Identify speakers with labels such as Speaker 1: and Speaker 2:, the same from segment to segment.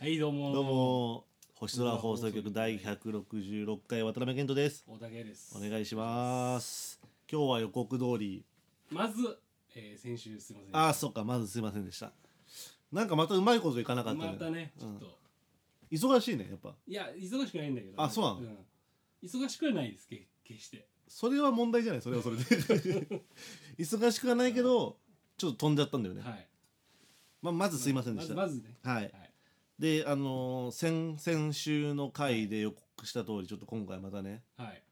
Speaker 1: はいどうも
Speaker 2: どうも星空放送局第166回渡辺健人です
Speaker 1: 大竹です
Speaker 2: お願いします今日は予告通り
Speaker 1: まず、えー、先週すいません
Speaker 2: ああそっかまずすいませんでしたなんかまたうまいこといかなかった
Speaker 1: またねちょっと、
Speaker 2: 忙しいねやっぱ
Speaker 1: いや忙しくないんだけど
Speaker 2: あそうなの
Speaker 1: ん忙しくはないですけ決して
Speaker 2: それは問題じゃないそれはそれで 忙しくはないけどちょっと飛んじゃったんだよね、
Speaker 1: はい
Speaker 2: まあ、まずすいませんでした、
Speaker 1: まずまずね
Speaker 2: はいであのー先先週の回で予告した通りちょっと今回またね
Speaker 1: はいはい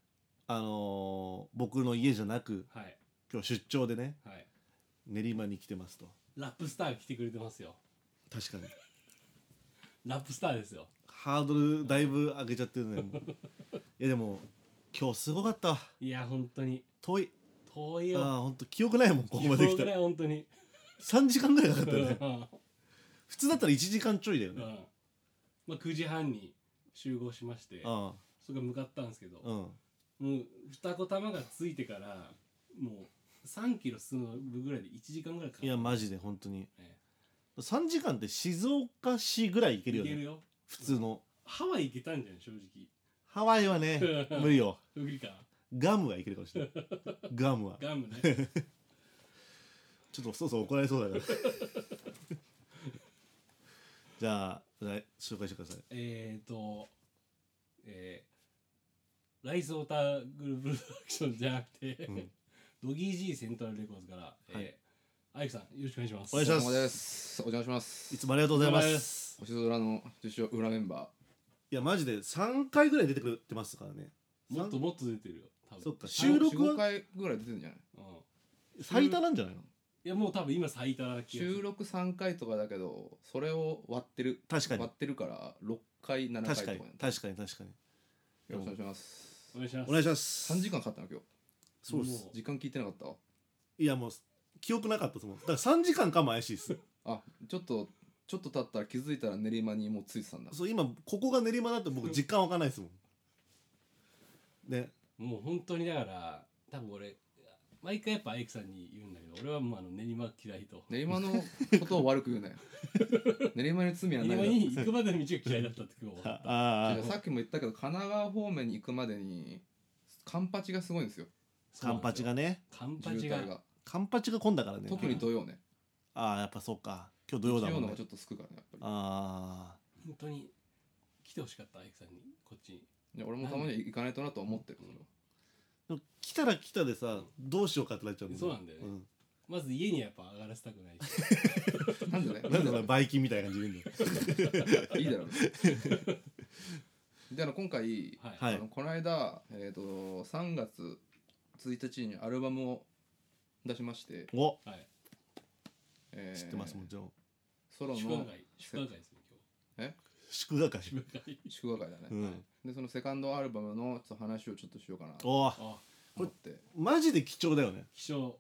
Speaker 2: あのー僕の家じゃなく
Speaker 1: はい
Speaker 2: 今日出張でね
Speaker 1: はい
Speaker 2: 練馬に来てますと
Speaker 1: ラップスター来てくれてますよ
Speaker 2: 確かに
Speaker 1: ラップスターですよ
Speaker 2: ハードルだいぶ上げちゃってるねもういやでも今日すごかったわ
Speaker 1: いや本当に
Speaker 2: 遠い
Speaker 1: 遠い
Speaker 2: あ
Speaker 1: よ
Speaker 2: あほんと記憶ないもんここまで来
Speaker 1: 遠
Speaker 2: た
Speaker 1: くない本当に
Speaker 2: 3時間ぐらいかかった
Speaker 1: う
Speaker 2: よ
Speaker 1: ん
Speaker 2: ね普通だったら1時間ちょいだよ
Speaker 1: う
Speaker 2: ね
Speaker 1: んまあ9時半に集合しまして
Speaker 2: あ
Speaker 1: そこへ向かったんですけど
Speaker 2: あうん
Speaker 1: もう二子玉がついてからもう3キロ進むぐらいで1時間ぐらいかか
Speaker 2: い
Speaker 1: る
Speaker 2: やマジで本当に
Speaker 1: ね
Speaker 2: 3時間って静岡市ぐらい行ける
Speaker 1: い
Speaker 2: よ
Speaker 1: ける
Speaker 2: ね
Speaker 1: よ
Speaker 2: 普通の
Speaker 1: ハワイ行けたんじゃない正直
Speaker 2: ハワイはね無理よ
Speaker 1: 無理か
Speaker 2: ガムはいけるかもしれないガムは
Speaker 1: ガム ね
Speaker 2: ちょっとそうそう怒られそうだから じゃあはい紹介してください
Speaker 1: えーとえー、ライスオーターグループロダクションじゃなくて、
Speaker 2: ん
Speaker 1: ドギー G セントラルレコーズから、えー、アイクさんよろしくお願いします
Speaker 2: お願いしま
Speaker 3: お疲れ様です。お邪魔しま
Speaker 2: い
Speaker 3: す。
Speaker 2: つもありがとうございま
Speaker 1: ありがとうございます
Speaker 3: 星空の受賞裏メンバ
Speaker 2: いやマジで3回ぐらい出てくれてますからね
Speaker 1: もっともっと出てるよ多分
Speaker 2: そっか
Speaker 3: ー。
Speaker 2: 収録
Speaker 3: 4 5
Speaker 2: は
Speaker 3: 回ぐらい出てるんじゃない
Speaker 1: うん、
Speaker 2: 最多なんじゃないの
Speaker 1: いやもう多分今最多な気がする
Speaker 3: 収録3回とかだけど、それを割ってる。
Speaker 2: 確かに
Speaker 3: 割ってるから、6回、7回と
Speaker 2: 確
Speaker 3: か
Speaker 2: かに
Speaker 3: になる。
Speaker 2: 確かに確かに
Speaker 3: よろしくお願いします。
Speaker 1: お願いします
Speaker 2: お願いします
Speaker 3: 3時間かかったの今
Speaker 2: そうです
Speaker 1: も
Speaker 3: 日。時間聞いてなかったわ
Speaker 2: いやもう記憶なかったですもんだから3時間かも怪しいです
Speaker 3: あ、ちょっと、ちょっと経ったら気づいたら練馬にもうついてたんだ。
Speaker 2: そう今ここが練馬だって僕実感わかんないですもんね
Speaker 1: もう本当にだから多分俺毎回やっぱアイクさんに言うんだけど俺はもうあの練馬嫌いと
Speaker 3: 練馬のことを悪く言 うなよ。練馬に罪は
Speaker 1: 練
Speaker 3: ない
Speaker 1: 馬
Speaker 3: だろ
Speaker 1: に行くまでの道が嫌いだったって今日分か
Speaker 2: あ
Speaker 1: った
Speaker 2: あ
Speaker 3: いやさっきも言ったけど、神奈川方面に行くまでに、カンパチがすごいんですよ。
Speaker 2: カンパチがね
Speaker 1: カンパ
Speaker 3: 渋
Speaker 1: チが
Speaker 3: 滞が。
Speaker 2: カンパチが混んだからね
Speaker 3: 特に土曜ね。
Speaker 2: ああやっぱそうか今日土曜だ
Speaker 3: 日
Speaker 2: も
Speaker 3: 曜
Speaker 2: ん
Speaker 3: の
Speaker 2: ね
Speaker 3: がちょっとすくからね、やっぱ
Speaker 2: あ
Speaker 1: 本当に来てほしかったアイクさんにこっちに
Speaker 3: り。いや俺もたまには行かないとなとは思ってる。
Speaker 2: あ来たら来たでさどうしようかってなっちゃうもん
Speaker 1: そうなんだよね
Speaker 2: ん
Speaker 1: まず家にはやっぱ上がらせたくないし
Speaker 3: なんでね。
Speaker 2: なんでお前バイキンみたいな感じで言うんだよ
Speaker 3: いいだろ う。で、あの、今回、
Speaker 1: はい、
Speaker 2: はい
Speaker 3: あのこの間、えっ、と、3月1日にアルバムを出しまして、
Speaker 2: お
Speaker 1: はい
Speaker 3: えー
Speaker 2: 知ってますもんじゃあ
Speaker 3: ソロ
Speaker 1: 祝賀
Speaker 3: の
Speaker 1: 会祝賀会ですね
Speaker 2: 祝賀会
Speaker 1: 今日祝賀会
Speaker 3: 祝賀会だね、
Speaker 2: うん
Speaker 3: で、そのセカンドアルバムのちょっと話をちょっとしようかなと
Speaker 2: おー
Speaker 1: あ
Speaker 3: 思って。
Speaker 2: マジで貴重だよね
Speaker 1: 気象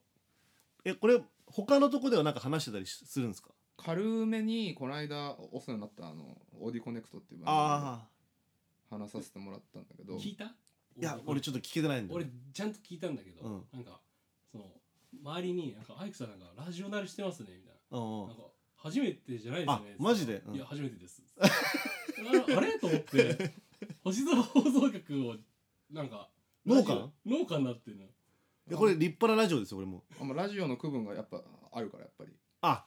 Speaker 2: えこれ他のとこではなんか話してたりしするんですか
Speaker 3: 軽めに、この間お世話になった、あの、オーディコネクトっていう番
Speaker 2: あ
Speaker 3: 組で話させてもらったんだけど、
Speaker 1: 聞いた
Speaker 2: あいや俺ちょっと聞けてないんだよ
Speaker 1: 俺ちゃんと聞いたんだけど、
Speaker 2: うん
Speaker 1: なんかその周りになんかアイクさんなんかラジオ慣れしてますねみたいな
Speaker 2: うんうん
Speaker 1: なんか初めてじゃないですよね
Speaker 2: あマジでうん
Speaker 1: いや初めてですああれと思 って星空放送局をなんか
Speaker 2: 農
Speaker 1: ラ
Speaker 2: 家
Speaker 1: ジオ農家になってるの
Speaker 2: いやこれ立派なラジオですよ俺も
Speaker 3: あんまラジオの区分がやっぱあるから、やっぱり。
Speaker 2: あ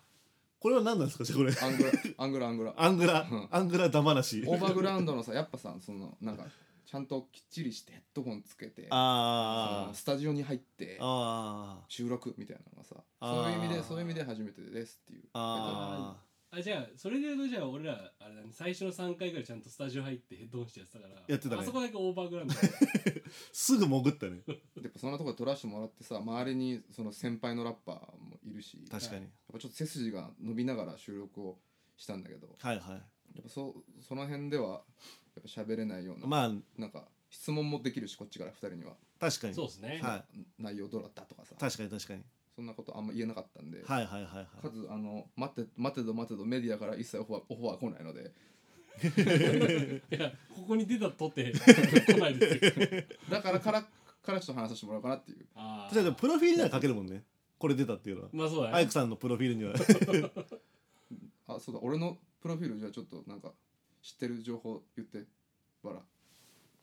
Speaker 2: これは何なんですかじゃあこれ
Speaker 3: アングラ、アングラ、アングラ。
Speaker 2: アングラ
Speaker 3: うん
Speaker 2: アングラだ話
Speaker 3: オーバーグラウンドのさやっぱさそのなんかちゃんときっちりしてヘッドホンつけてそ
Speaker 2: あ
Speaker 3: のスタジオに入って
Speaker 2: ーあー
Speaker 3: 収録みたいなのがさ
Speaker 2: あ
Speaker 3: そう
Speaker 2: ー
Speaker 3: いう意味でそういう意味で初めてですっていう
Speaker 2: あ
Speaker 1: あじゃあそれで言うとじゃあ俺らあれだね最初の3回ぐらいちゃんとスタジオ入ってヘッドホンしてやってたから
Speaker 2: やってたね
Speaker 1: あそこだけオーバーグラウンド
Speaker 2: ーすぐ潜ったね
Speaker 3: やっぱそんなとこで撮らせてもらってさ周りにその先輩のラッパーもいるしやっ
Speaker 2: 確かに
Speaker 3: ぱちょっと背筋が伸びながら収録をしたんだけど
Speaker 2: はいはい
Speaker 3: やっぱそその辺ではやっぱ喋れないような、
Speaker 2: まあ
Speaker 3: なんか質問もできるしこっちから2人には
Speaker 2: 確かに
Speaker 1: そうですね、
Speaker 2: は
Speaker 3: 内容どうだったとかさ
Speaker 2: い確かに確かに
Speaker 3: そんなことあんま言えなかったんで、
Speaker 2: はいはいはいはい
Speaker 3: かつあの待て待てど待てどメディアから一切オファーオファー来ないので
Speaker 1: い、やここに出たと って来ないですよ
Speaker 3: だからからからちょっと話させてもらおうかなっていう
Speaker 1: あ
Speaker 2: 確かに
Speaker 1: ー
Speaker 2: プロフィールには書けるもんねこれ出たっていうのは
Speaker 1: まあそうだ
Speaker 2: アイ
Speaker 1: ね
Speaker 2: クさんのプロフィールには
Speaker 3: あそうだ俺のプロフィールじゃあちょっとなんか知ってる情報言ってバラ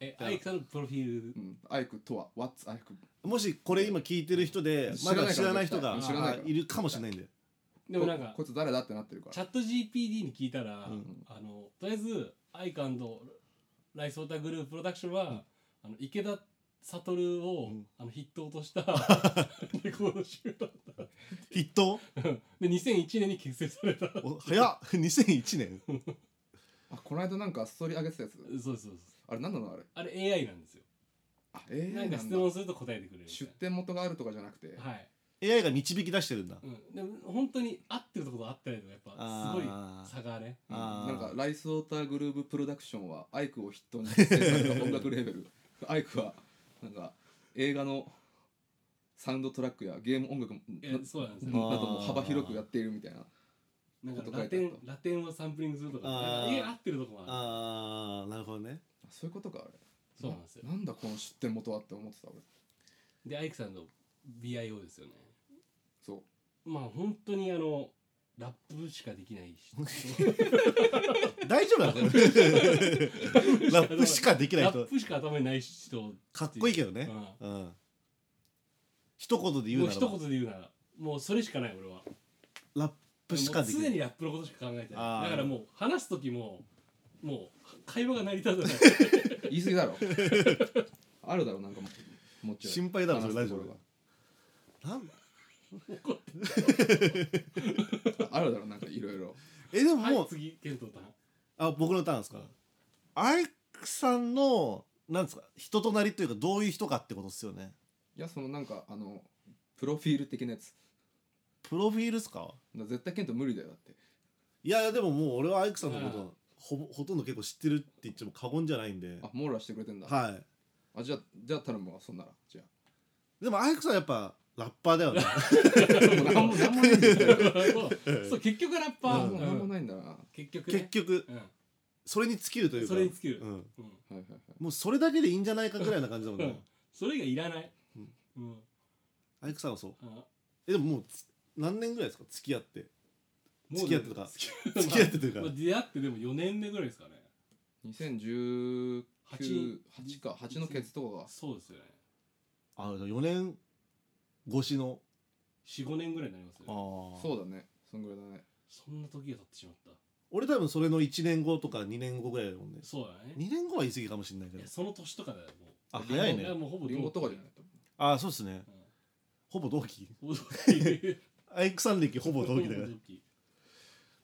Speaker 1: えアイクさんのプロフィール
Speaker 3: うんアイクとは What's アイク
Speaker 2: もしこれ今聞いてる人で
Speaker 3: 知ら
Speaker 2: ま
Speaker 3: ないから
Speaker 2: だ知らない人が
Speaker 1: 絶対知ら
Speaker 3: な
Speaker 2: あ
Speaker 3: いから
Speaker 2: いるかもしれないんだよ
Speaker 1: でもなんか
Speaker 3: ここいつ誰だってなってるか
Speaker 1: チャ
Speaker 3: ら
Speaker 1: ット GPD に聞いたら、
Speaker 2: うん
Speaker 1: あのとりあえずアイカンとライソータグループプロダクションは、あの池田悟を、
Speaker 2: うん
Speaker 1: あの筆頭としたレコード集団
Speaker 2: 筆頭
Speaker 1: で2001年に結成された
Speaker 2: お早っ 2001年
Speaker 3: あこの間なんかストーリー上げてたやつ
Speaker 1: そうそうそう
Speaker 3: あれ何なのあれ
Speaker 1: あれ AI なんですよ、
Speaker 3: あえ
Speaker 1: なんか質問すると答えてくれるみた
Speaker 3: 出
Speaker 1: い
Speaker 3: 店元があるとかじゃなくて
Speaker 1: なはい、
Speaker 2: AI が導き出してるんだ
Speaker 1: うん、でも本当に合ってるところと合ってないとこやっぱすごい差がね
Speaker 3: うん
Speaker 2: あー
Speaker 3: なんかライスウォーターグルーヴプロダクションはアイクを筆頭に結成された音楽レーベル アイクはなんか映画のサウンドトラックやゲーム音楽も
Speaker 1: いやそうなんですよ
Speaker 3: なども幅広くやっているみたいな
Speaker 1: なんかラテンラテンをサンプリングするとか
Speaker 2: あ
Speaker 1: な
Speaker 2: ー
Speaker 1: んかえ合ってるとこもある
Speaker 2: ああなるほどね
Speaker 3: そういうことかあれ
Speaker 1: そうなんですよ
Speaker 3: なんだこの出店元はって思ってた俺
Speaker 1: でアイクさんの BIO ですよね
Speaker 3: そう
Speaker 1: まあ本当にあのラップしかできない し
Speaker 2: 大丈夫なのラップしかできない
Speaker 1: ラッ
Speaker 2: 人
Speaker 1: プしか頭にない人って
Speaker 2: かっこいいけどね
Speaker 1: う
Speaker 2: うん一言で
Speaker 1: ん
Speaker 2: 言
Speaker 1: もう
Speaker 2: うなら
Speaker 1: 一
Speaker 2: ば
Speaker 1: 言で言うならもうそれしかない俺は
Speaker 2: ラップしかでき
Speaker 1: もう常
Speaker 2: ない
Speaker 1: にラップのことしか考えてない
Speaker 2: あー
Speaker 1: だからもう話す時ももう会話が成り立たない
Speaker 3: 言い過ぎだろあるだろなんかももちろん
Speaker 2: 心配だろそれ
Speaker 3: 話
Speaker 2: 大
Speaker 3: す
Speaker 2: 丈
Speaker 3: ところ
Speaker 2: なん
Speaker 3: があるだろなんかいろいろ
Speaker 2: えでも
Speaker 1: は
Speaker 2: も
Speaker 1: いう次ケントさん
Speaker 2: あ僕のターンですかアイクさんのなんですか人となりというかどういう人かってことですよね
Speaker 3: いやそのなんかあのプロフィール的なやつ
Speaker 2: プロフィールですか
Speaker 3: だから絶対ケント無理だよだって
Speaker 2: いやいやでももう俺はアイクさんのこ
Speaker 1: うん
Speaker 2: とほぼほとんど結構知ってるって言っても過言じゃないんで
Speaker 3: あ網羅してくれてんだ
Speaker 2: は
Speaker 3: あじゃあじゃあ頼むわそんならじゃ
Speaker 2: いでもアイクさんやっぱラッパーだよね
Speaker 3: あもう何も何もないん だよ
Speaker 1: そう結局ラッパー、
Speaker 3: もう何もないんだなは
Speaker 1: 結局
Speaker 2: 結
Speaker 1: ね、
Speaker 2: 局
Speaker 1: う、
Speaker 2: それに尽きるというんか
Speaker 1: それに尽きる、
Speaker 2: うん、
Speaker 1: うん
Speaker 3: いはいはい
Speaker 2: もうそれだけでいいんじゃないかぐらいな感じだもん
Speaker 1: う
Speaker 2: ね
Speaker 1: ん、それがいらない、う
Speaker 2: うんんアイクさんはそう
Speaker 1: あ
Speaker 2: えでももうつ何年ぐらいですか付き合って
Speaker 1: もう
Speaker 2: 付き合ってとか
Speaker 1: 付
Speaker 2: 付き合ってというか
Speaker 1: まあ、出会ってでも4年目ぐらいですかね
Speaker 3: 2018
Speaker 1: 八
Speaker 3: か8のケツとかが
Speaker 1: そうですよね
Speaker 2: あ4年越しの
Speaker 1: 45年ぐらいになりますよね
Speaker 2: あ
Speaker 3: そうだねそんぐらいだね
Speaker 1: そんな時が経ってしまった
Speaker 2: 俺多分それの1年後とか2年後ぐらいだもんね
Speaker 1: そうだね
Speaker 2: 2年後は言い過ぎかもしれないけ
Speaker 1: い
Speaker 2: ど
Speaker 1: やその年とかだよもう
Speaker 2: あ早い
Speaker 1: いや
Speaker 2: ね
Speaker 1: もうほぼ
Speaker 3: リンゴとかじゃないい
Speaker 2: ああそうですねほぼ同期
Speaker 1: ほぼ同 期
Speaker 2: アイクさん歴ほぼ同期だか
Speaker 1: ほ
Speaker 2: ら
Speaker 1: ぼ同期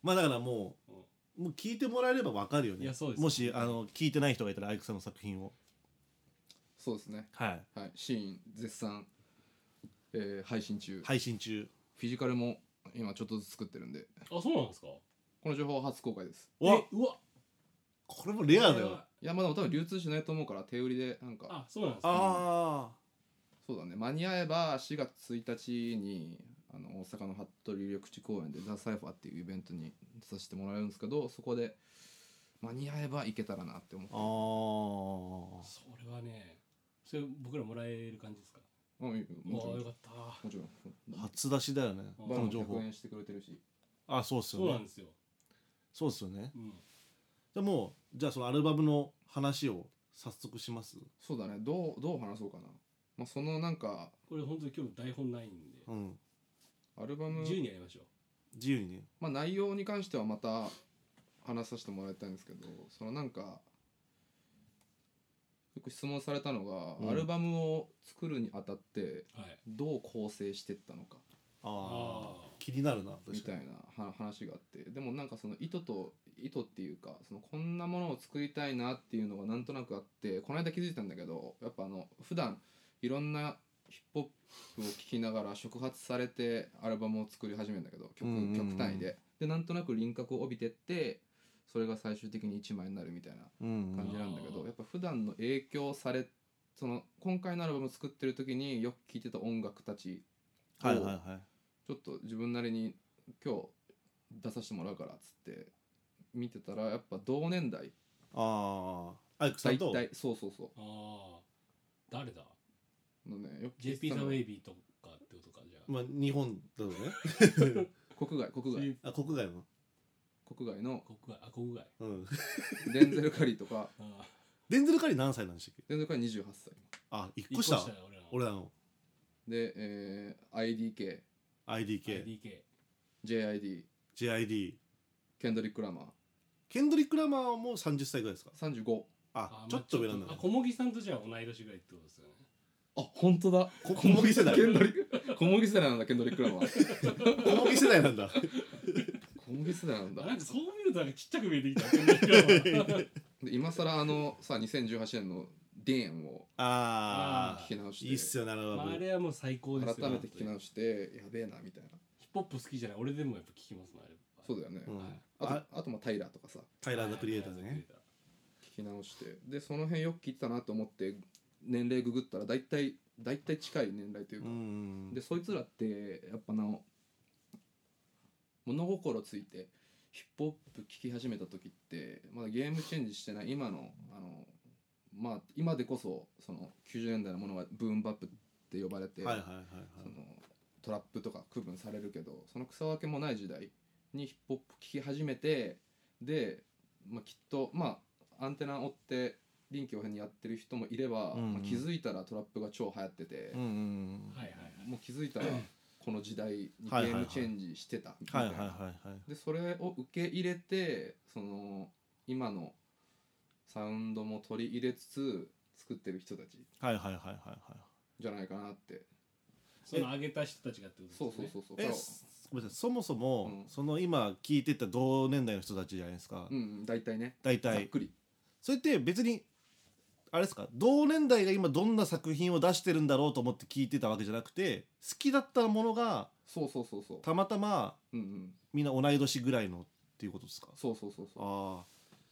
Speaker 2: まあだからもうもう聞いてもらえればわかるよね
Speaker 1: いやそうです
Speaker 2: もしあの聞いてない人がいたらアイクさんの作品を
Speaker 3: そうですね
Speaker 2: はい
Speaker 3: はいシーン絶賛、えー配信中、
Speaker 2: 配信中
Speaker 3: フィジカルも今ちょっとずつ作ってるんで
Speaker 1: あそうなんですか
Speaker 3: この情報は初公開です
Speaker 2: うわ
Speaker 1: えうわ
Speaker 2: これもレアだよ
Speaker 3: いやまあでも多分流通しないと思うから手売りでなんか
Speaker 1: あそうなんですか
Speaker 2: ああ
Speaker 3: そうだね間に合えば4月1日にあの大阪の服部緑地公園で「ザ・サイファーっていうイベントに出させてもらえるんですけどそこで間に合えば行けたらなって思
Speaker 2: あ
Speaker 3: っ
Speaker 2: ー
Speaker 1: それはねそれ僕らもらえる感じですか
Speaker 3: てうんいいよ
Speaker 1: あ
Speaker 3: もちろん
Speaker 1: よ
Speaker 3: も
Speaker 1: かった
Speaker 3: ちろ
Speaker 2: 初
Speaker 3: ん
Speaker 2: 出しだよね
Speaker 1: あ
Speaker 2: こ
Speaker 3: バー
Speaker 2: の
Speaker 3: も
Speaker 2: 情報
Speaker 3: 100円してくれてるし
Speaker 2: あそうっす
Speaker 1: そう
Speaker 2: よ
Speaker 1: なん
Speaker 2: ね
Speaker 1: ですよ
Speaker 2: そうっすよね
Speaker 1: うん
Speaker 2: じゃあもうじゃあそのアルバムの話を早速します
Speaker 3: そうだねどうどう話そうかな、まあ、そのなんか
Speaker 1: これ本当に今日台本ないんで
Speaker 2: うん
Speaker 3: アルバム
Speaker 1: 自由にやりましょう
Speaker 2: 自由にね
Speaker 3: まあ、内容に関してはまた話させてもらいたいんですけどそのなんかよく質問されたのが、
Speaker 2: うん
Speaker 3: アルバムを作るにあたって
Speaker 1: はい
Speaker 3: どう構成してったのか
Speaker 2: あ
Speaker 1: あ
Speaker 2: あ気になるな
Speaker 3: み
Speaker 2: 確
Speaker 3: た
Speaker 2: か
Speaker 3: い
Speaker 2: に
Speaker 3: なは話があってでもなんかその意図と意図っていうかそのこんなものを作りたいなっていうのがなんとなくあってこの間気づいたんだけどやっぱあの普段いろんなヒップホップを聴きながら触発されてアルバムを作り始めるんだけど曲,、
Speaker 2: うんうんうん
Speaker 3: 曲単位ででなんとなく輪郭を帯びてってそれが最終的に1枚になるみたいな
Speaker 2: うん
Speaker 3: 感じなんだけ
Speaker 1: う
Speaker 3: ど
Speaker 1: ん
Speaker 3: やっぱ普段の影響されその今回のアルバムを作ってる時によく聴いてた音楽たちを
Speaker 2: はいはいはい
Speaker 3: ちょっと自分なりに今日出させてもらうからっつって見てたらやっぱ同年代
Speaker 2: ああアイクさ
Speaker 3: 大
Speaker 2: んと
Speaker 3: 体そうそうそ
Speaker 1: ああ誰だ
Speaker 3: うのねよく聞い
Speaker 1: JP
Speaker 3: てた
Speaker 1: ザ・
Speaker 3: の
Speaker 1: ウェイビーとかってことかじゃあ
Speaker 2: まあ日本だとね
Speaker 3: 国外国外
Speaker 2: あ国外の
Speaker 3: 国外の
Speaker 1: 国外あ国外
Speaker 2: うん、
Speaker 3: デンゼル・カリーとか
Speaker 1: あ
Speaker 2: デンゼル・カリー何歳なんでしたっけ
Speaker 3: デンゼル・カリー28歳
Speaker 2: あ一1
Speaker 1: 一
Speaker 2: 個下
Speaker 1: だよ俺ら
Speaker 2: 俺らの
Speaker 3: で、えー、
Speaker 2: IDKJID
Speaker 1: IDK
Speaker 3: IDKJID ケンドリック・ラマー
Speaker 2: ケンドリック・ラマーも30歳ぐらいですか
Speaker 3: 35
Speaker 2: あ
Speaker 1: あ
Speaker 2: ちょっと上なんだ
Speaker 1: まあ、小麦さんとじゃあ同い年ぐらいってことですよね
Speaker 3: あ本当だ
Speaker 2: こ小麦世代
Speaker 3: ケンドリ小麦世代なんだケンドリック・ラマー
Speaker 2: 小麦世代なんだ
Speaker 3: 小麦世代なんだ
Speaker 1: なんかそう見るとなんかちっちゃく見えてきた あ
Speaker 3: で今更あのさ2018年のディーンを
Speaker 2: ああ
Speaker 3: 聞き直して
Speaker 2: いいっすよねあのアル
Speaker 1: ま
Speaker 2: バ
Speaker 1: あ、
Speaker 2: ム
Speaker 1: あれはもう最高ですよ
Speaker 3: 改めて聞き直してやべえなみたいな
Speaker 1: ヒップホップ好きじゃない俺でもやっぱ聞きますもんあれ
Speaker 3: そうだよね、
Speaker 2: うん
Speaker 1: はい
Speaker 3: あ
Speaker 2: あ
Speaker 3: とあとまあタイラーとかさ
Speaker 2: タイラーのクリエイターで
Speaker 1: はい
Speaker 2: ね
Speaker 3: 聞き直してでその辺よく聞いてたなと思って年齢ググったら大体大体近い年代という
Speaker 2: う
Speaker 3: か、
Speaker 2: ん
Speaker 3: でそいつらってやっぱなお物心ついてヒップホップ聴き始めた時ってまだゲームチェンジしてない今のあのまあ今でこそその90年代のものがブーンバップって呼ばれて、
Speaker 2: はいはいはいはい
Speaker 3: そのトラップとか区分されるけどその草分けもない時代にヒップホップ聴き始めてで、まあ、きっとまあアンテナを追って臨機応変にやってる人もいれば、
Speaker 2: うんうん
Speaker 3: まあ気づいたらトラップが超流行ってて、
Speaker 2: うんうん
Speaker 1: はいはい
Speaker 3: もう気づいたらこの時代にゲ
Speaker 2: はいはい
Speaker 3: ー
Speaker 2: はい
Speaker 3: ムチェンジしてたみた
Speaker 2: はい
Speaker 3: い
Speaker 2: はいはい
Speaker 3: な。
Speaker 2: はい
Speaker 3: でそれを受け入れてその今のサウンドも取り入れつつ作ってる人たち
Speaker 2: はいはいはいはいはい
Speaker 3: じゃないかなって
Speaker 1: その上げた人たちがってことです
Speaker 3: そ
Speaker 1: ね
Speaker 3: うそうそうそう
Speaker 2: え
Speaker 3: から
Speaker 2: すごめんなさいそもそも、
Speaker 3: うん
Speaker 2: その今聞いてた同年代の人たちじゃないですか、
Speaker 3: うんうん大体ね
Speaker 2: 大
Speaker 3: ざっ
Speaker 2: 体
Speaker 3: くり
Speaker 2: それって別にあれですか同年代が今どんな作品を出してるんだろうと思って聞いてたわけじゃなくて好きだったものが
Speaker 3: そうそうそうそう
Speaker 2: たまたま
Speaker 3: うんうん
Speaker 2: みんな同い年ぐらいのっていうことですか
Speaker 3: そうそうそうそう
Speaker 2: ああ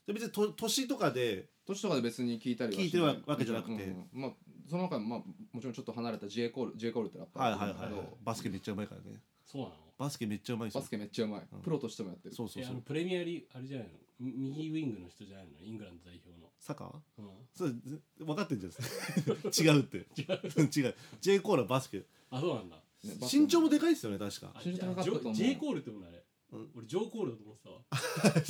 Speaker 2: で別にと年とかで
Speaker 3: 年とかで別に聞いたり
Speaker 2: 聞いてるわけじゃなくて
Speaker 3: うんうんまあその中にまあもちろんちょっと離れた J コール J コールってラッパ
Speaker 2: はい
Speaker 3: ー
Speaker 2: はい
Speaker 3: なんだ
Speaker 2: は
Speaker 3: け
Speaker 2: い、
Speaker 3: ど
Speaker 2: はい、バスケめっちゃうまいからね
Speaker 1: そうなの
Speaker 2: バスケめっちゃうまいですよ
Speaker 3: バスケめっちゃうまい
Speaker 2: うん
Speaker 3: プロとしてもやってる
Speaker 2: そうそう
Speaker 1: え
Speaker 2: そ
Speaker 1: あの
Speaker 2: う
Speaker 1: プレミアリーあれじゃないのみ右ウィングの人じゃないのイングランド代表の、
Speaker 2: サッカー
Speaker 1: うん、
Speaker 2: それぜ分かってんじゃないですか 違うって 違う J コーラバスケ
Speaker 1: あそうなんだ
Speaker 3: ねバスケ
Speaker 2: 身長もでかいですよね確か
Speaker 1: あ
Speaker 3: 身長高かったと思う
Speaker 1: ジェイコールってもんだあれ、
Speaker 2: うん
Speaker 1: 俺ジョーコールだと思ってたわ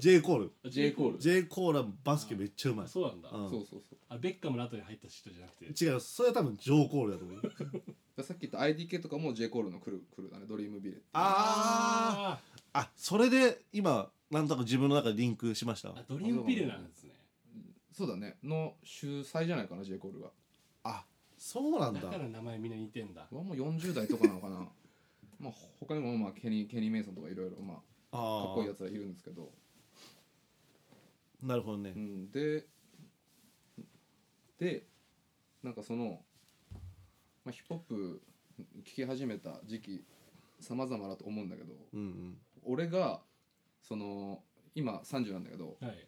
Speaker 2: J コール
Speaker 1: あ
Speaker 3: J コール
Speaker 2: J コーラバスケめっちゃうまい
Speaker 1: あそうなんだ、
Speaker 2: うん
Speaker 3: そうそうそう
Speaker 1: あベッカムの後に入った人じゃなくて
Speaker 2: 違うそれは多分ジョーコールだと思う
Speaker 3: だからさっき言った IDK とかも J コールの来る来るだねドリームビレッジ
Speaker 2: あああそれで今なんとなく自分の中でリンクしました
Speaker 1: ーあドリームビルなんですね
Speaker 3: そうだねの秀才じゃないかな J コールは
Speaker 2: あそうなん
Speaker 1: だ
Speaker 2: だ
Speaker 1: から名前みんな似てんだ
Speaker 3: 俺はもう40代とかなのかなまあ他にもまあケニー・ケニーメイソンとかいろいろまあ
Speaker 2: あ
Speaker 3: かっこいいや
Speaker 2: ー
Speaker 3: つらいるんですけど
Speaker 2: なるほどね
Speaker 3: うん、ででなんかその、まあ、ヒップホップ聴き始めた時期様々だと思うんだけど
Speaker 2: うんうん
Speaker 3: 俺がその今30なんだけど
Speaker 1: はい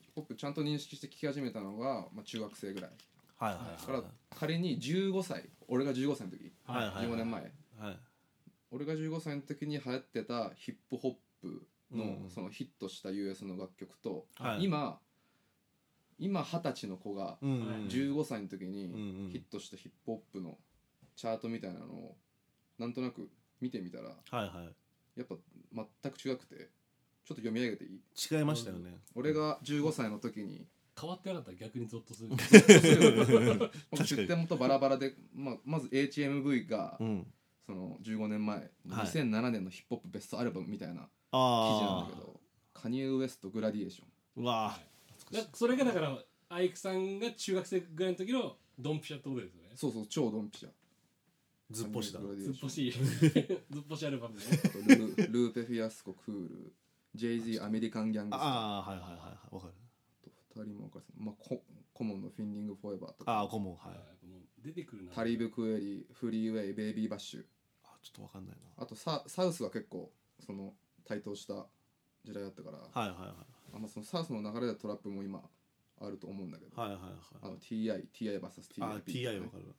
Speaker 3: ヒップホップちゃんと認識して聴き始めたのが、まあ、中学生ぐらい
Speaker 2: はいはい
Speaker 3: だ
Speaker 2: は
Speaker 3: か
Speaker 2: い
Speaker 3: ら仮に15歳俺が15歳の時
Speaker 2: はいはい
Speaker 3: 15年前、
Speaker 2: はいはい
Speaker 3: 俺が15歳の時に流行ってたヒップホップの,、
Speaker 2: うん
Speaker 3: そのヒットした US の楽曲と、
Speaker 2: はい
Speaker 3: 今今二十歳の子が
Speaker 2: うんうん
Speaker 3: 15歳の時
Speaker 2: うん
Speaker 3: に
Speaker 2: うん
Speaker 3: ヒットしたヒップホップのチャートみたいなのをなんとなく見てみたら
Speaker 2: はいは
Speaker 3: やっぱ全く違くてちょっと読み上げていい
Speaker 2: い違いましたよね
Speaker 3: 俺が15歳の時に
Speaker 1: 変わってなかったら逆にゾッとする
Speaker 2: かに
Speaker 3: 出典とバラバラで、まあ、まず HMV が
Speaker 2: うん
Speaker 3: その15年前
Speaker 2: はい
Speaker 3: 2007年のヒップホップベストアルバムみたいな記事な
Speaker 2: あ
Speaker 3: んだけどカニエ・ウエスト・グラディエーション
Speaker 2: あわあ
Speaker 1: だそれがだからアイクさんが中学生ぐらいの時のドンピシャってことですよね
Speaker 3: そうそう超ドンピシャ
Speaker 2: ずっぽしだ
Speaker 3: カニエ
Speaker 1: ずっぽ
Speaker 3: グラディエーション
Speaker 1: しい ずっぽしアルバムでね
Speaker 3: あとルールーペ・フィアスコクール JZ アメリカン・ギャングスター
Speaker 2: ああはいはいはいわかる
Speaker 3: と二人もおかしいまあココモンのフィンディングフォーエバーと
Speaker 2: ああ
Speaker 3: か
Speaker 2: コモンは
Speaker 1: はいいもう出てくるな
Speaker 3: タリブクエリフリーウェイベイビーバッシュ
Speaker 2: あちょっとわかんないな
Speaker 3: あとササウスは結構その台頭した時代だったから、
Speaker 2: はいはいはい
Speaker 3: あまあ、そのサウスの流れでトラップも今あると思うんだけど、
Speaker 2: はいはい
Speaker 3: あ
Speaker 2: はい
Speaker 3: の TITIVSTIP
Speaker 2: あ TI
Speaker 3: と
Speaker 2: わ
Speaker 3: か,、
Speaker 2: かる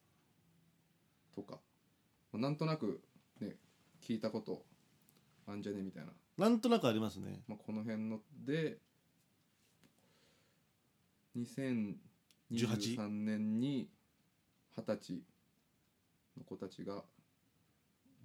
Speaker 3: とかまあ、なんとなくね聞いたことあんじゃねみたいな、
Speaker 2: なんとなくありますね
Speaker 3: まあ、この辺ので2023年に二十歳の子たちが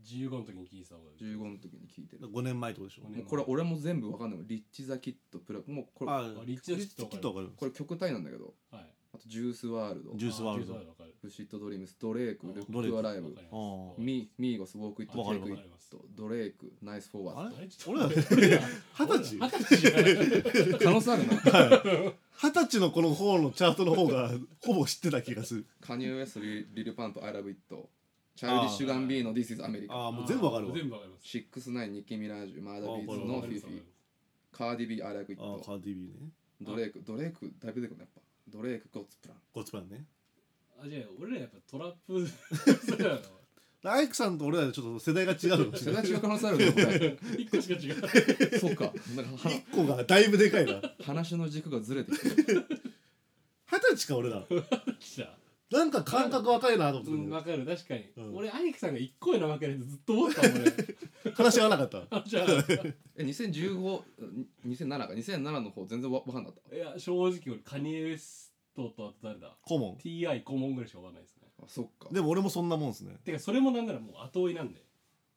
Speaker 1: 15の時に聞いてた方がいい
Speaker 3: 15の時に聞いてる
Speaker 2: 5年前ってことでしょ
Speaker 1: 五
Speaker 3: もうこれ俺も全部わかんないリッチ・ザ・キッドプラもうこれ
Speaker 2: あ
Speaker 1: あリッチはきっと
Speaker 2: きっと分かる
Speaker 3: これ曲体なんだけど
Speaker 1: はい
Speaker 3: あとジュース・ワールド
Speaker 2: ジュースワールド
Speaker 1: あわかる
Speaker 3: フシット・ドリームスドレイク
Speaker 1: あ
Speaker 3: ル
Speaker 2: ド
Speaker 3: ッ
Speaker 2: レイ
Speaker 3: ク・
Speaker 2: ク
Speaker 3: アライ
Speaker 1: わ
Speaker 3: ブ
Speaker 1: かります
Speaker 2: あー
Speaker 3: ミミーゴス・ウォーク・イット・
Speaker 2: わかる
Speaker 3: テイク・イ
Speaker 2: わ
Speaker 1: か
Speaker 3: ッ
Speaker 1: ります
Speaker 3: トドレイクナイス・フォーワー
Speaker 2: あ
Speaker 3: ド
Speaker 2: れ
Speaker 1: あれちょっ
Speaker 2: 俺
Speaker 1: と
Speaker 2: ら
Speaker 1: 待
Speaker 2: 二
Speaker 1: って
Speaker 2: 十歳
Speaker 1: 二十歳じゃない
Speaker 3: 可能性あるな
Speaker 2: 二十歳のこの方のチャートの方が ほぼ知ってた気がする
Speaker 3: カニエ・ウェストリリル・パンプ・アイ・ラブ・イットチャイルディッシュ・ガンビーノ・ディス・イズ・アメリカ
Speaker 2: ああもう全部わかるわ
Speaker 1: 全部わかります
Speaker 3: シックス・ナイン・ニッキー・ミラージュマーダ・ビー
Speaker 2: あ
Speaker 3: ズ・
Speaker 2: これ
Speaker 3: ノ
Speaker 2: わ
Speaker 3: ー・
Speaker 2: か
Speaker 3: フ
Speaker 2: り
Speaker 3: ィフィカーディビー・アイ・ラブ・イッ
Speaker 2: あー
Speaker 3: ト
Speaker 2: カーディビーね
Speaker 3: ドレイクドレイクだいぶ出てくるねやっぱドレイク・ゴッツ・ プラン
Speaker 2: ゴッツパンね
Speaker 1: あじゃあ俺らやっぱトラップそうやな
Speaker 2: アイクさんと俺らでちょっと世代が違うのかもし
Speaker 3: 世
Speaker 2: れな
Speaker 3: 代
Speaker 2: い
Speaker 3: 違う可能性あるねこ
Speaker 1: 一個しか違う
Speaker 3: れ そうかなんか
Speaker 2: 一個がだいぶでかいな
Speaker 3: は話の軸がずれてきてる
Speaker 2: 二十歳か俺ら
Speaker 1: 来た
Speaker 2: なんか感覚若いなと思
Speaker 1: うん
Speaker 2: っ
Speaker 1: わかる確かに
Speaker 2: うん
Speaker 1: 俺アイクさんが一個上なわけないとずっと思ったもん俺
Speaker 2: て話し合わなかった
Speaker 1: あじゃあ
Speaker 3: え2015 2007か2007の方全然わわかんなかっ
Speaker 1: いや正直俺カニエ・ウェストとあと誰だ
Speaker 2: 顧問
Speaker 1: TI 顧問ぐらいしかわかんないですね
Speaker 3: たあそっか
Speaker 2: でも俺もそんなもんですね
Speaker 1: てかそれもなんならもう後追いなんで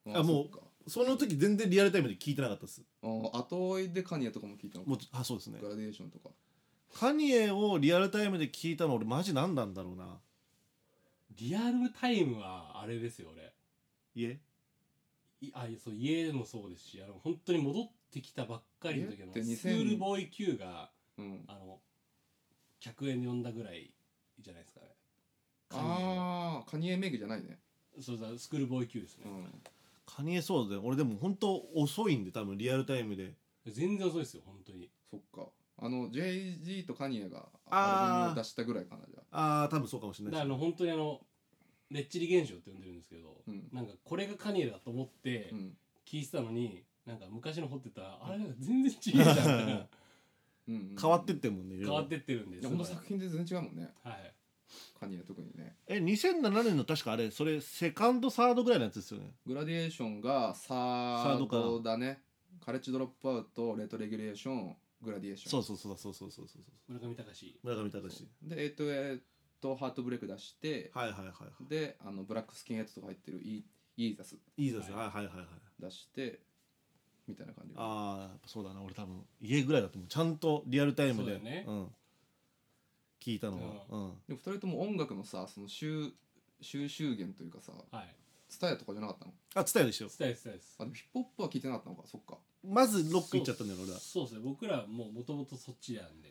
Speaker 2: あもう
Speaker 3: そっか
Speaker 2: その時全然リアルタイムで聞いてなかったです
Speaker 3: あ後追いでカニエとかも聞いたのか
Speaker 2: もうあそうですね
Speaker 3: グラデーションとか
Speaker 2: カニエをリアルタイムで聞いたの俺マジ何なんだろうな
Speaker 1: リアルタイムはあれですよ俺
Speaker 2: いえ
Speaker 1: いあそう家もそうですしあの本当に戻ってきたばっかりの時の
Speaker 3: 家って2000
Speaker 1: スクールボーイ Q が
Speaker 3: うん
Speaker 1: あの客円で呼んだぐらいじゃないですかねカニエの
Speaker 3: ああカニエ名義じゃないね
Speaker 1: そうだスクールボーイ Q です
Speaker 3: う
Speaker 1: ね、
Speaker 3: ん
Speaker 2: カニエそうだよ俺でも本当遅いんで多分リアルタイムで
Speaker 1: 全然遅いですよ本当に
Speaker 3: そっかあの JG とカニエがアルバ
Speaker 2: あー
Speaker 3: ムを出したぐらいかなじゃあ
Speaker 2: ああ多分そうかもしれ
Speaker 1: だ
Speaker 2: な
Speaker 1: か
Speaker 2: い
Speaker 1: らあ
Speaker 2: です
Speaker 1: の本当にあのレッチリ現象って呼んでるんですけど、
Speaker 3: うん
Speaker 1: なんかこれがカニエだと思って
Speaker 3: うん
Speaker 1: 聞いてたのに、なんか昔の掘ってたらあれなんか全然違えじゃんみたいな
Speaker 3: うんうんうん
Speaker 2: 変わってってんもんね
Speaker 1: 変わってってるんで
Speaker 3: い
Speaker 1: す
Speaker 3: や
Speaker 1: ご
Speaker 3: ほ
Speaker 1: い
Speaker 3: んと作品で全然違うもんね
Speaker 1: はい
Speaker 3: カニエ特にね
Speaker 2: え2007年の確かあれそれセカンドサードぐらいのやつですよね
Speaker 3: グラデーションがサ
Speaker 2: サー
Speaker 3: ー
Speaker 2: ドか
Speaker 3: ドだねカレッジドロップアウトレッドレギュレーショングラディエーション
Speaker 2: そうそうそうそうそうそうそう
Speaker 1: 村上隆
Speaker 2: 村上隆
Speaker 3: でエイトエイトハートブレイク出して、
Speaker 2: はいはいはいは
Speaker 3: であのブラックスキンヘッドとか入ってるイイーザス
Speaker 2: いいいですね
Speaker 1: は
Speaker 2: はいはいはいはい
Speaker 3: 出してみたいな感じ
Speaker 2: ああやっぱそうだな俺多分家ぐらいだと思うちゃんとリアルタイム
Speaker 1: そうだ
Speaker 2: で
Speaker 1: よね
Speaker 2: うん聞いたのはうん
Speaker 3: でも2人とも音楽のさその収収集源というかさ
Speaker 1: はい
Speaker 3: 伝えとかじゃなかったの
Speaker 2: あ伝えでしょ
Speaker 1: 伝え伝えです
Speaker 3: あでもヒップホップは聞いてなかったのかそっか
Speaker 2: まずロックいっちゃったんだよ俺ら
Speaker 1: そうですね僕らもうもともとそっちなんで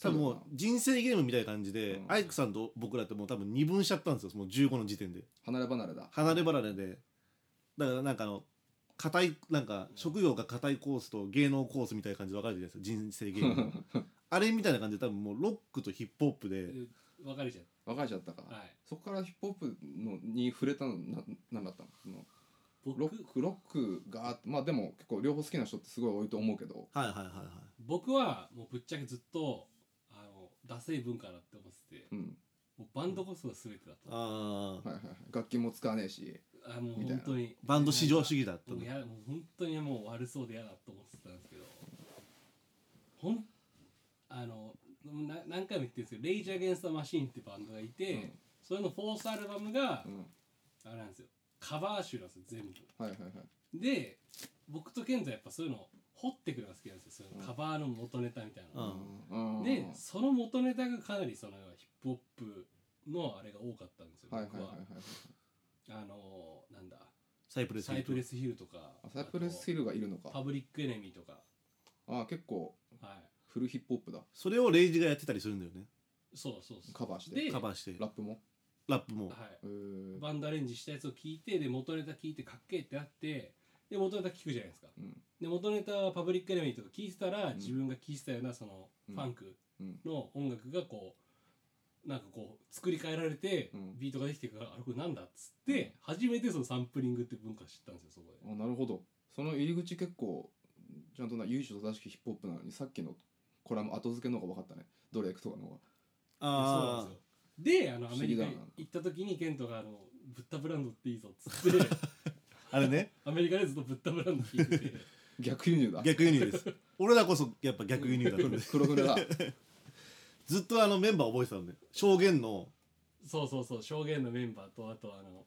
Speaker 2: 多分も
Speaker 3: そうだな
Speaker 2: 人生ゲームみたいな感じで、
Speaker 3: うん
Speaker 2: アイクさんと僕らってもう多分二分しちゃったんですよもう15の時点で
Speaker 3: 離れ離れだ
Speaker 2: 離れ離れでだからなんかあの硬いなんか職業が硬いコースと芸能コースみたいな感じで分かれてるじゃないですか人生ゲーム あれみたいな感じで多分もうロックとヒップホップで
Speaker 1: で別れちゃっ
Speaker 3: 別れちゃったから、
Speaker 1: たはい
Speaker 3: そこからヒップホップのに触れたのななんだったのそのロ
Speaker 1: 僕
Speaker 3: ックロックがあってまあでも結構両方好きな人ってすごい多いと思うけど
Speaker 2: はいはいはいはい
Speaker 1: 僕はもうぶっちゃけずっとあのダセい文化だって思ってて
Speaker 3: うん
Speaker 1: もうバンドこそが全てだと
Speaker 2: あー
Speaker 3: はいはいはい楽器も使わねえし
Speaker 1: あもう
Speaker 3: みた
Speaker 1: 本
Speaker 3: いな
Speaker 1: 当に
Speaker 2: バンド至上主義だった
Speaker 1: もうやもう本当にもう悪そうで嫌だと思ってたんですけどほんあのな何回も言ってるんですけど「レイジ・アゲンスト・マシーン」ってバンドがいて、
Speaker 3: うん
Speaker 1: それのフォースアルバムが、
Speaker 3: うん
Speaker 1: あれなんですよカバー集なんですよ全部
Speaker 3: はいはいはい
Speaker 1: で僕とケントはやっぱそういうの掘ってくるのが好きなんですよそういうのカバーの元ネタみたいなの、
Speaker 3: うんうん
Speaker 1: でその元ネタがかなりそのヒップホップのあれが多かったんですよ、
Speaker 3: はいはいは
Speaker 1: 僕
Speaker 3: い
Speaker 1: は、
Speaker 3: はい
Speaker 1: あのなんだ
Speaker 2: サイプレス
Speaker 1: サイプレ
Speaker 2: ス
Speaker 1: スヒルとか
Speaker 3: あサイプレスヒルがいるの
Speaker 1: あとパ
Speaker 3: か
Speaker 1: ブリックエネミーとか
Speaker 3: あ結構
Speaker 1: はい
Speaker 3: フルヒップホップだ
Speaker 2: それをレイジがやってたりするんだよね
Speaker 1: そうそうそう
Speaker 3: カバーして
Speaker 1: で
Speaker 2: カバーして
Speaker 3: ラップも
Speaker 2: ラップも
Speaker 1: は
Speaker 3: へ
Speaker 1: い、
Speaker 3: ー
Speaker 1: バンドアレンジしたやつを聞いてで元ネタ聞いてかっけえってなってで元ネタ聞くじゃないですか
Speaker 3: うん
Speaker 1: で元ネタはパブリックエネミーとか聞いてたら、
Speaker 3: ん
Speaker 1: 自分が聞いてたようなその
Speaker 3: うん
Speaker 1: ファンク
Speaker 3: うん
Speaker 1: の音楽がこうなんかこう作り変えられて
Speaker 3: うん
Speaker 1: ビートができてから、あれこれなんだっつって初めてそのサンプリングって文化知ったんですよそこで
Speaker 3: あなるほどその入り口結構ちゃんとな由緒正しきヒップホップなのにさっきのコラム後付けの方が分かったねドレイクとかの方が
Speaker 1: そうなん
Speaker 2: あ
Speaker 1: ですよであのア
Speaker 3: 不思
Speaker 1: メ
Speaker 3: 議
Speaker 1: リ
Speaker 3: だ
Speaker 1: カ
Speaker 3: な
Speaker 1: に行った時にケントがあの「ブッダブランドっていいぞ」っつ って
Speaker 2: ああ れね
Speaker 1: アメリカでずっとブッダブランド聞いて て
Speaker 3: 逆輸入だ
Speaker 2: 逆輸入です俺らこそやっぱ逆輸入だったんで
Speaker 3: 黒船だ
Speaker 2: ずっとあのメンバー覚えてたのね証言の
Speaker 1: そうそうそう証言のメンバーとあとあの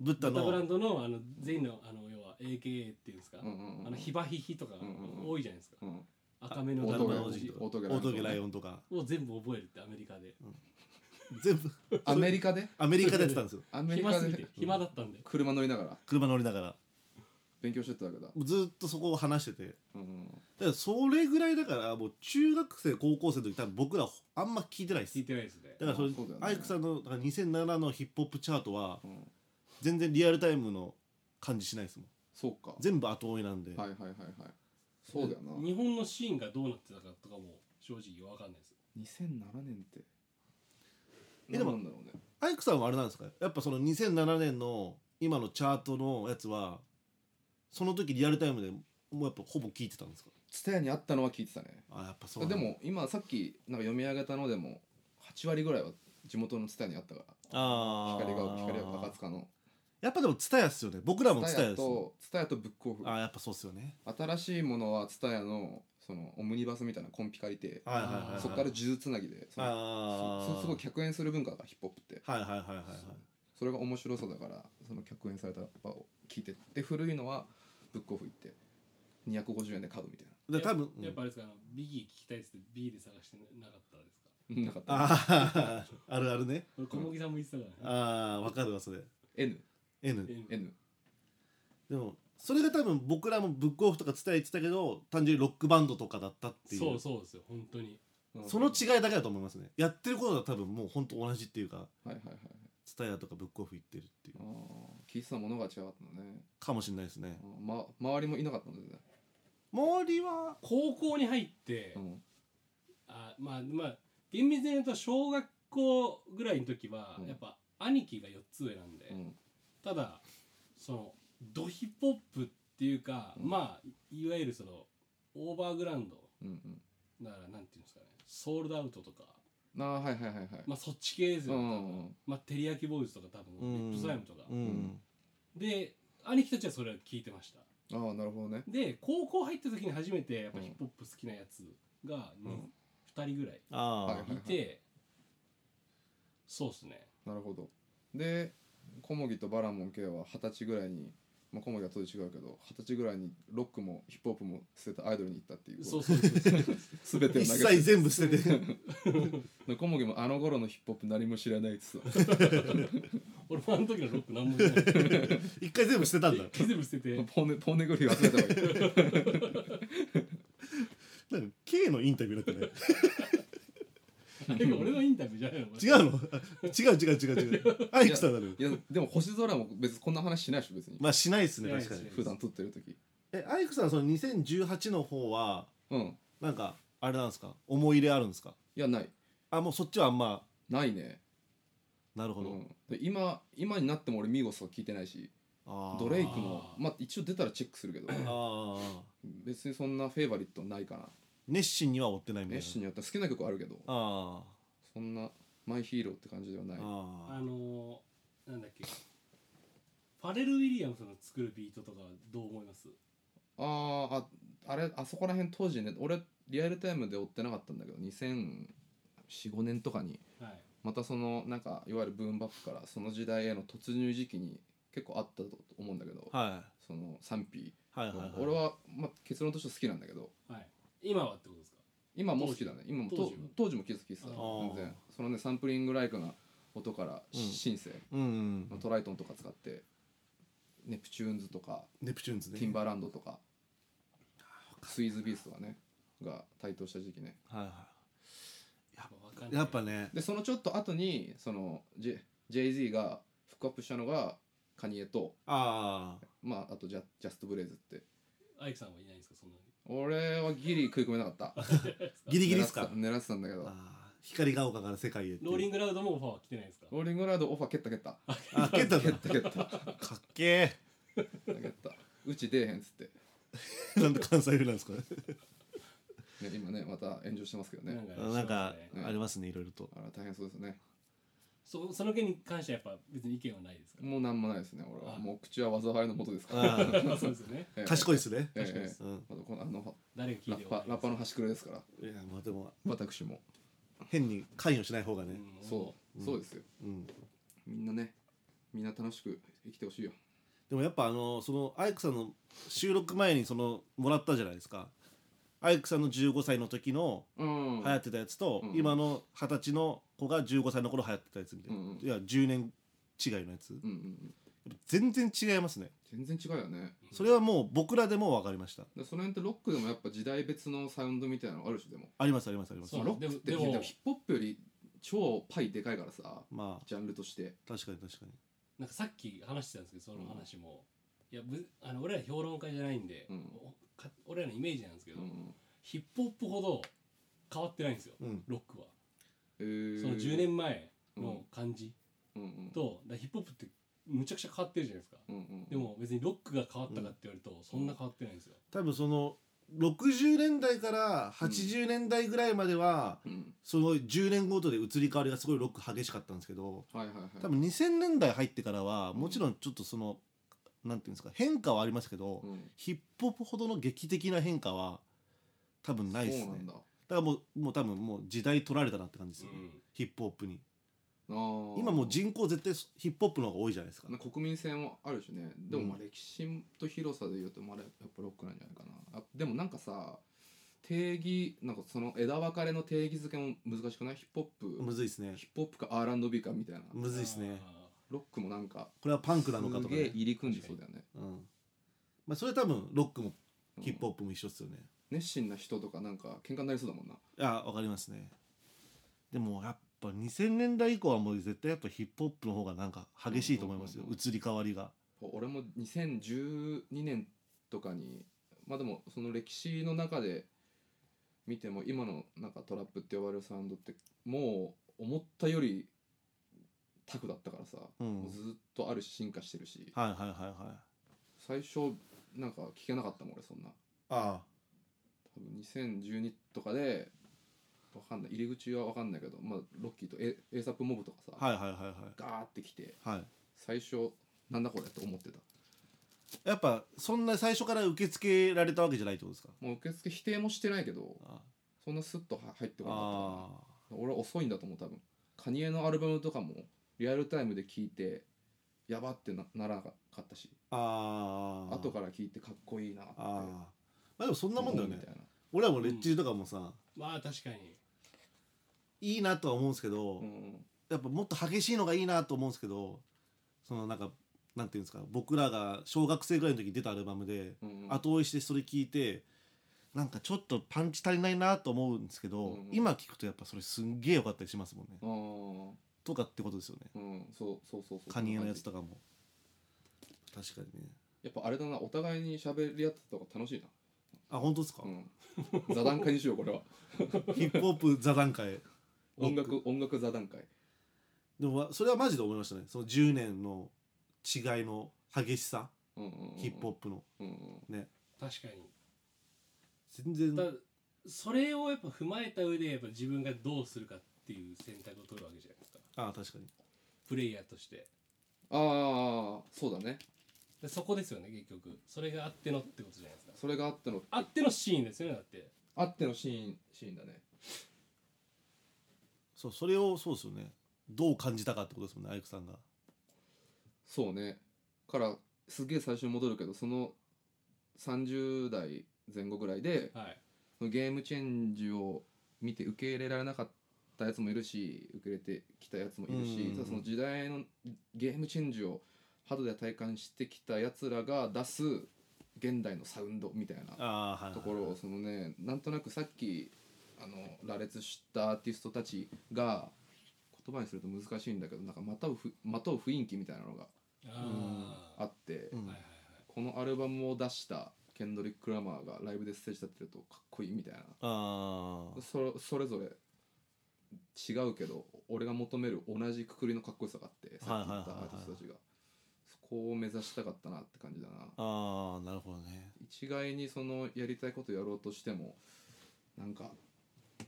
Speaker 2: ブッダ
Speaker 1: ブタブラ
Speaker 2: の
Speaker 1: ンドのあの全員のあの要は AKA っていうんですか、
Speaker 3: うんうんうん
Speaker 1: あのヒバヒヒとか
Speaker 3: うんうんうん
Speaker 1: 多いじゃないですか、
Speaker 3: うん
Speaker 1: 赤目の
Speaker 2: オ
Speaker 3: オ
Speaker 2: ト
Speaker 3: ト
Speaker 1: ダンマ
Speaker 2: ゲ
Speaker 3: ゲ
Speaker 2: ラ
Speaker 1: 王
Speaker 2: 王
Speaker 1: 子
Speaker 2: 子
Speaker 3: オトゲライ
Speaker 2: オ
Speaker 3: オン
Speaker 2: トゲライオンとか
Speaker 1: を全部覚えるってアメリカで
Speaker 2: 全部
Speaker 3: アメリカで
Speaker 2: アメリカでやってたんですよ
Speaker 3: アメリ
Speaker 1: 暇
Speaker 3: カ
Speaker 1: すぎて
Speaker 3: で
Speaker 1: 暇だったんで、
Speaker 3: 車乗りながら
Speaker 2: 車乗りながら
Speaker 3: 勉強してたわけだ、
Speaker 2: もうずっとそこを話しててだ
Speaker 3: うん、
Speaker 2: からそれぐらいだからもう中学生高校生の時多分僕らあんま聞いてないです
Speaker 1: 聞いてないですね
Speaker 2: だからそれ
Speaker 3: まあそうだよね
Speaker 2: アイクさんのだから2007のヒップホップチャートは
Speaker 3: うん、
Speaker 2: 全然リアルタイムの感じしないですもん
Speaker 3: そうか
Speaker 2: 全部後追いなんで、
Speaker 3: はいはいはいはいそうだよな
Speaker 1: 日本のシーンがどうなってたかとかも正直わかんないです
Speaker 3: 2007年って
Speaker 2: えでも
Speaker 3: 何なんだろうね
Speaker 2: アイクさんはあれなんですかやっぱその2007年の今のチャートのやつはその時リアルタイムでもうやっぱほぼ聞いてたんですか
Speaker 3: 蔦屋にあったのは聞いてたね
Speaker 2: あやっぱそうなん
Speaker 3: で
Speaker 2: だ
Speaker 3: も今さっきなんか読み上げたのでも8割ぐらいは地元の蔦屋にあったから
Speaker 2: ああ
Speaker 3: 光が光が赤塚の
Speaker 2: やっぱでもツタヤっすよね僕らもツタヤ
Speaker 3: 蔦屋
Speaker 2: ですよ
Speaker 3: と蔦屋とブックオフ
Speaker 2: あーやっぱそうっすよね
Speaker 3: 新しいものは蔦屋のそのオムニバスみたいなコンピ借りて
Speaker 2: はいはいはい、はい、
Speaker 3: そこから呪術つなぎでその
Speaker 2: あ
Speaker 3: そ
Speaker 2: あ
Speaker 3: そすごい客演する文化がヒップホップって
Speaker 2: はいはいはいはいはい
Speaker 3: それが面白そうだからその客演されたラッパーを聞いてで古いのはブックオフ行って250円で買うみたい
Speaker 2: で多分
Speaker 1: やっぱあれですか、あのビギー聞きたいっつって B で探してなかったですか
Speaker 3: ななかった
Speaker 2: あ ああるあるね
Speaker 1: これ小麦さんも言ってたからね、
Speaker 2: ああわかるわそれ
Speaker 3: N
Speaker 2: N
Speaker 1: N
Speaker 3: N
Speaker 2: でもそれが多分僕らもブックオフとか伝えてたけど単純にロックバンドとかだったっていう
Speaker 1: そうそうですよ本当に
Speaker 2: その違いだけだと思いますねやってることは多分もうほんと同じっていうか
Speaker 3: はいはいはい
Speaker 2: ツタヤとかブックオフ行ってるっていう
Speaker 3: あー聞いてたものが違かったのね
Speaker 2: かもしれないですね
Speaker 3: あーま周りもいなかったのでね
Speaker 2: 周りは
Speaker 1: 高校に入って、
Speaker 3: うん
Speaker 1: あまあまあ厳密に言うと小学校ぐらいの時は、
Speaker 3: うん
Speaker 1: やっぱ兄貴が4つ上なんで、
Speaker 3: うん
Speaker 1: ただそのドヒップホップっていうか、
Speaker 3: うん
Speaker 1: まあいわゆるそのオーバーグラウンド
Speaker 3: うんうん
Speaker 1: だからなんていうんですかねソールドアウトとか
Speaker 3: あーはいはいはいはい
Speaker 1: まあそっち系です
Speaker 3: う
Speaker 1: よ、
Speaker 3: んうんうん
Speaker 1: まあテリヤキボーイズとか多分、
Speaker 2: う
Speaker 1: リ
Speaker 2: ん
Speaker 1: ップスライムとか、
Speaker 2: うん
Speaker 1: で兄貴たちはそれを聞いてました
Speaker 3: ああなるほどね
Speaker 1: で高校入った時に初めてやっぱヒップホップ好きなやつが 2,、
Speaker 3: うん
Speaker 1: 二人ぐらい
Speaker 3: はい
Speaker 2: あ
Speaker 3: はい
Speaker 2: あ
Speaker 1: いてそうっすね
Speaker 3: なるほどで小麦とバラモン K は二十歳ぐらいにまあ小麦は当時違うけど二十歳ぐらいにロックもヒップホップも捨ててアイドルに行ったっていう
Speaker 1: そうそうそうそう
Speaker 3: 全てを投げ
Speaker 2: 一
Speaker 3: て
Speaker 2: 切全部捨て て
Speaker 3: で小麦もあの頃のヒップホップ何も知らないっつっ てた
Speaker 1: 俺もあの時のロック何も言ってない
Speaker 2: 一回全部捨てたんだ
Speaker 1: 全部捨てて
Speaker 3: ポネポネグリ忘れたわけ
Speaker 2: なんか K のインタビューだったね
Speaker 1: あれが俺のインタビューじゃないの
Speaker 2: 違うの違う違う違う違うアイクさんなのよ
Speaker 3: いやでも星空も別にこんな話しないでしょ別に、
Speaker 2: まあしないですね
Speaker 1: しない
Speaker 2: 確かに
Speaker 1: し
Speaker 3: 普段撮ってる時
Speaker 2: えアイクさんはその2018の方は
Speaker 3: うん
Speaker 2: なんかあれなんですか思い入れあるんですか
Speaker 3: いやない
Speaker 2: あもうそっちはあんま
Speaker 3: ないね、
Speaker 2: なる
Speaker 3: う
Speaker 2: ほど、
Speaker 3: ん、で今今になっても俺ミーゴスは聞いてないし
Speaker 2: あー
Speaker 3: ドレイクもまあ一応出たらチェックするけど
Speaker 2: ああ
Speaker 3: 別にそんなフェイバリットないかな
Speaker 2: 熱心には追ってないみたいな
Speaker 3: 熱心にやったら好きな曲あるけど
Speaker 2: あ
Speaker 3: そんなマイヒーローって感じではな
Speaker 2: ー
Speaker 3: い
Speaker 1: あ
Speaker 2: あ
Speaker 1: のー、なんだっけファレル・ウィリアムズの作るビートとかはどう思います
Speaker 3: あーああれあそこら辺当時ね俺リアルタイムで追ってなかったんだけど2045年とかに
Speaker 1: はい
Speaker 3: またそのなんかいわゆるブームバップからその時代への突入時期に結構あったと思うんだけど、
Speaker 2: ーは
Speaker 3: その賛否、
Speaker 2: いはいはいはい
Speaker 3: 俺は、まあ、結論として好きなんだけど、
Speaker 1: はい今はってことですか
Speaker 3: 今も好きだね今も
Speaker 1: 当
Speaker 3: 当
Speaker 1: 時
Speaker 3: 当時
Speaker 1: は
Speaker 3: も気づきてた
Speaker 1: あ
Speaker 2: ー
Speaker 3: 全然そのねサンプリングライクな音から
Speaker 2: うん
Speaker 3: シンセ、
Speaker 2: うんうん
Speaker 3: トライトンとか使ってネプチューンズとか
Speaker 2: ネプチューンズね
Speaker 3: ティンバーランドとかスイーズビーストとかねが台頭した時期ね
Speaker 2: はいはい
Speaker 1: わかんない
Speaker 2: やっぱね
Speaker 3: でそのちょっと後にその J JZ がフックアップしたのがカニエと
Speaker 2: ああ
Speaker 3: まああとジャジャストブレイズって
Speaker 1: アイクさんはいないんですかそんなに
Speaker 3: 俺はギリ食い込めなかった
Speaker 2: ギリギリっす
Speaker 3: 狙
Speaker 2: か
Speaker 3: ってた狙ってたんだけど
Speaker 2: あー光が丘から世界へって いう
Speaker 1: ローリング・ラウドもオファーは来てないですか
Speaker 3: ローリングラウドオファー蹴った蹴った
Speaker 2: あ蹴ったん
Speaker 3: 蹴
Speaker 2: だ
Speaker 3: った蹴った
Speaker 2: かっけ
Speaker 3: 投げたうち出えへんっつって、
Speaker 2: えなんで関西風なんですか
Speaker 3: ね、今ねまた炎上してますけどね
Speaker 1: か
Speaker 2: なん
Speaker 1: そ
Speaker 2: か
Speaker 1: うですね
Speaker 2: ありますねいろいろと
Speaker 3: あら大変そうですね
Speaker 1: そその件に関してはやっぱ別に意見はない ですか
Speaker 3: もうなんもないですね俺は
Speaker 1: あ
Speaker 3: もう口は災いのもとですから、
Speaker 2: あー
Speaker 1: まあそうですよね
Speaker 3: ええ
Speaker 2: 賢いですね
Speaker 3: ええ
Speaker 1: 賢いです
Speaker 2: うん
Speaker 3: あとこのあの
Speaker 1: 誰が聞い
Speaker 3: ラ
Speaker 1: て
Speaker 3: ッ
Speaker 1: も
Speaker 3: パラッパの端くれですから
Speaker 2: いやまあでも
Speaker 3: 私も
Speaker 2: 変に関与しない方がね
Speaker 3: そう、そうですよ
Speaker 2: うん
Speaker 3: みんなねみんな楽しく生きてほし
Speaker 2: でもやっぱあのそのアイクさんの収録前にそのもらったじゃないですかアイクさんの15歳の時の
Speaker 3: うん
Speaker 2: 流行ってたやつと、
Speaker 3: うん
Speaker 2: 今の二十歳の子が15歳の頃流行ってたやつみたいな、
Speaker 3: うんうん
Speaker 2: いや10年違いのやつやっ
Speaker 3: うんうん
Speaker 2: ぱ全然違いますね
Speaker 3: うん、全然違うよね
Speaker 2: それはもう僕らでも分かりました
Speaker 3: でその辺ってロックでもやっぱ時代別のサウンドみたいなのあるしでも
Speaker 2: ありますありますあります
Speaker 1: そう
Speaker 3: まあロックって
Speaker 1: でもで
Speaker 3: 聞いた
Speaker 1: も
Speaker 3: らヒップホップより超パイでかいからさ
Speaker 2: ま
Speaker 3: ジャンルとして
Speaker 2: あ確かに確かに
Speaker 1: なんかさっき話してたんですけどその話も、いやぶあの俺ら評論家じゃないんで、
Speaker 3: うん
Speaker 1: おか俺らのイメージなんですけ
Speaker 3: う
Speaker 1: ど、
Speaker 3: ん
Speaker 1: ヒップホップほど変わってないんですよ
Speaker 2: うん
Speaker 1: ロックは、
Speaker 3: えー、
Speaker 1: その10年前の感じ
Speaker 3: うんうん
Speaker 1: と、だからヒップホップってむちゃくちゃ変わってるじゃないですか
Speaker 3: うんうん
Speaker 1: でも別にロックが変わったかって言われると、そんな変わってないんですよ、
Speaker 2: 多分その60年代から80年代ぐらいまでは、
Speaker 3: うん
Speaker 2: その10年ごとで移り変わりがすごいロック激しかったんですけど
Speaker 3: はいはいはい
Speaker 2: 多分2000年代入ってからはもちろんちょっとそのなんていうんですか変化はありますけど、
Speaker 3: うん
Speaker 2: ヒップホップほどの劇的な変化は多分ないです
Speaker 3: そうな
Speaker 2: ね
Speaker 3: ん
Speaker 2: だ
Speaker 3: だ
Speaker 2: からもうもう多分もう時代取られたなって感じですよ、
Speaker 1: うん
Speaker 2: ヒップホップに
Speaker 3: あー
Speaker 2: 今もう人口絶対ヒップホップの方が多いじゃないですか、
Speaker 3: な国民性もあるしねでもまあ
Speaker 2: う
Speaker 3: 歴史と広さでいうとまだやっぱロックなんじゃないかなあでもなんかさ定義なんかその枝分かれの定義づけも難しくないヒップホッ
Speaker 2: む
Speaker 3: プ
Speaker 2: ずいですね
Speaker 3: ヒップホップか R&B かみたいな
Speaker 2: むずいですね
Speaker 1: あ
Speaker 3: ロックもなんか
Speaker 2: これはパンクなのかと
Speaker 3: す
Speaker 2: か
Speaker 3: げえ
Speaker 2: ね、
Speaker 3: 入り組んでそうだよね
Speaker 2: うんまあ、それは多分ロックも
Speaker 3: うん
Speaker 2: ヒップホップも一緒ですよね、
Speaker 3: 熱心な人とかなんか喧嘩になりそうだもんない
Speaker 2: やわかりますねでもやっぱ2000年代以降はもう絶対やっぱヒップホップの方がなんか激しいと思いますよ、
Speaker 3: うんうんうん
Speaker 2: 移り変わりが
Speaker 3: 俺も2012年とかにまあでもその歴史の中で見ても今のなんかトラップって呼ばれるサウンドってもう思ったよりタクだったからさ、
Speaker 2: うん
Speaker 3: もうずっとあるし進化してるし
Speaker 2: はいはいはいはい
Speaker 3: 最初なんか聞けなかったもん俺そんな
Speaker 2: ああ
Speaker 3: 多分2012とかでわかんない入り口はわかんないけど、まあ、ロッキーとエエーサップモブとかさ、
Speaker 2: はいはいはいはい
Speaker 3: ガーってきて
Speaker 2: はい
Speaker 3: 最初なんだこれって思ってた
Speaker 2: やっぱそんな最初から受け付けられたわけじゃないってことですか
Speaker 3: もう受付否定もしてないけど
Speaker 2: あ
Speaker 3: そんなスッとは入ってこなかったな
Speaker 2: あ
Speaker 3: 俺は遅いんだと思う多分カニエのアルバムとかもリアルタイムで聴いてやばってなならなかったし
Speaker 2: ああ
Speaker 3: 後から聴いてかっこいいなって
Speaker 2: ああまあでもそんなもんだよね
Speaker 3: 思うみたいな
Speaker 2: 俺らもレッチリとかもさ、
Speaker 1: ーまあ確かに
Speaker 2: いいなとは思うんですけど、
Speaker 3: うん
Speaker 2: やっぱもっと激しいのがいいなと思うんですけどそのなんかなんていうんですか僕らが小学生ぐらいの時に出たアルバムで、
Speaker 3: うんうん
Speaker 2: 後追いしてそれ聞いてなんかちょっとパンチ足りないなと思うんですけど、
Speaker 3: うんうん
Speaker 2: 今聞くとやっぱそれすんげえ良かったりしますもんね、
Speaker 3: あー
Speaker 2: とかってことですよね
Speaker 3: うんそうそうそうそう
Speaker 2: カニエのやつとかも確かにね
Speaker 3: やっぱあれだなお互いに喋り合ってた方が楽しいな
Speaker 2: あ本当ですか、
Speaker 3: うん座談会にしよう これは
Speaker 2: ヒップホップ座談会
Speaker 3: 音楽音楽座談会
Speaker 2: でもわそれはマジで思いましたねその10年の違いの激しさ、
Speaker 3: うんうんうん
Speaker 2: ヒップホップの
Speaker 3: うんうん
Speaker 1: 確かに
Speaker 2: 全然
Speaker 1: ただそれをやっぱ踏まえた上でやっぱ自分がどうするかっていう選択を取るわけじゃないですか
Speaker 2: ああ確かに
Speaker 1: プレイヤーとして
Speaker 3: ああそうだね
Speaker 1: でそこですよね結局それがあってのってことじゃないですか
Speaker 3: それがあっての
Speaker 1: あってのシーンですよねだって
Speaker 3: あってのシーンシーンだね
Speaker 2: そうそれをそうですよねどう感じたかってことですもんねアイクさんが
Speaker 3: そうねからすげえ最初に戻るけどその30代前後ぐらいで
Speaker 1: はい
Speaker 3: そのゲームチェンジを見て受け入れられなかったやつもいるし受け入れてきたやつもいる
Speaker 2: うんうんう
Speaker 3: し
Speaker 2: ん
Speaker 3: ただその時代のゲームチェンジを肌で体感してきたやつらが出す現代のサウンドみたいな
Speaker 2: ああはい
Speaker 3: ところをそのねなんとなくさっきあの羅列したアーティストたちが言葉にすると難しいんだけどなんかまとうふまとう雰囲気みたいなのが
Speaker 1: ああ
Speaker 3: あって、
Speaker 2: うん
Speaker 1: はいはいはい
Speaker 3: このアルバムを出したケンドリック・ラマーがライブでステージ立ってるとかっこいいみたいな
Speaker 2: ああ
Speaker 3: そそれぞれ違うけど俺が求める同じくくりのかっこよさがあってさっき言ったア
Speaker 2: はいはいはいはい
Speaker 3: ーティストたちがそこを目指したかったなって感じだな
Speaker 2: ああなるほどね
Speaker 3: 一概にそのやりたいことやろうとしてもなんか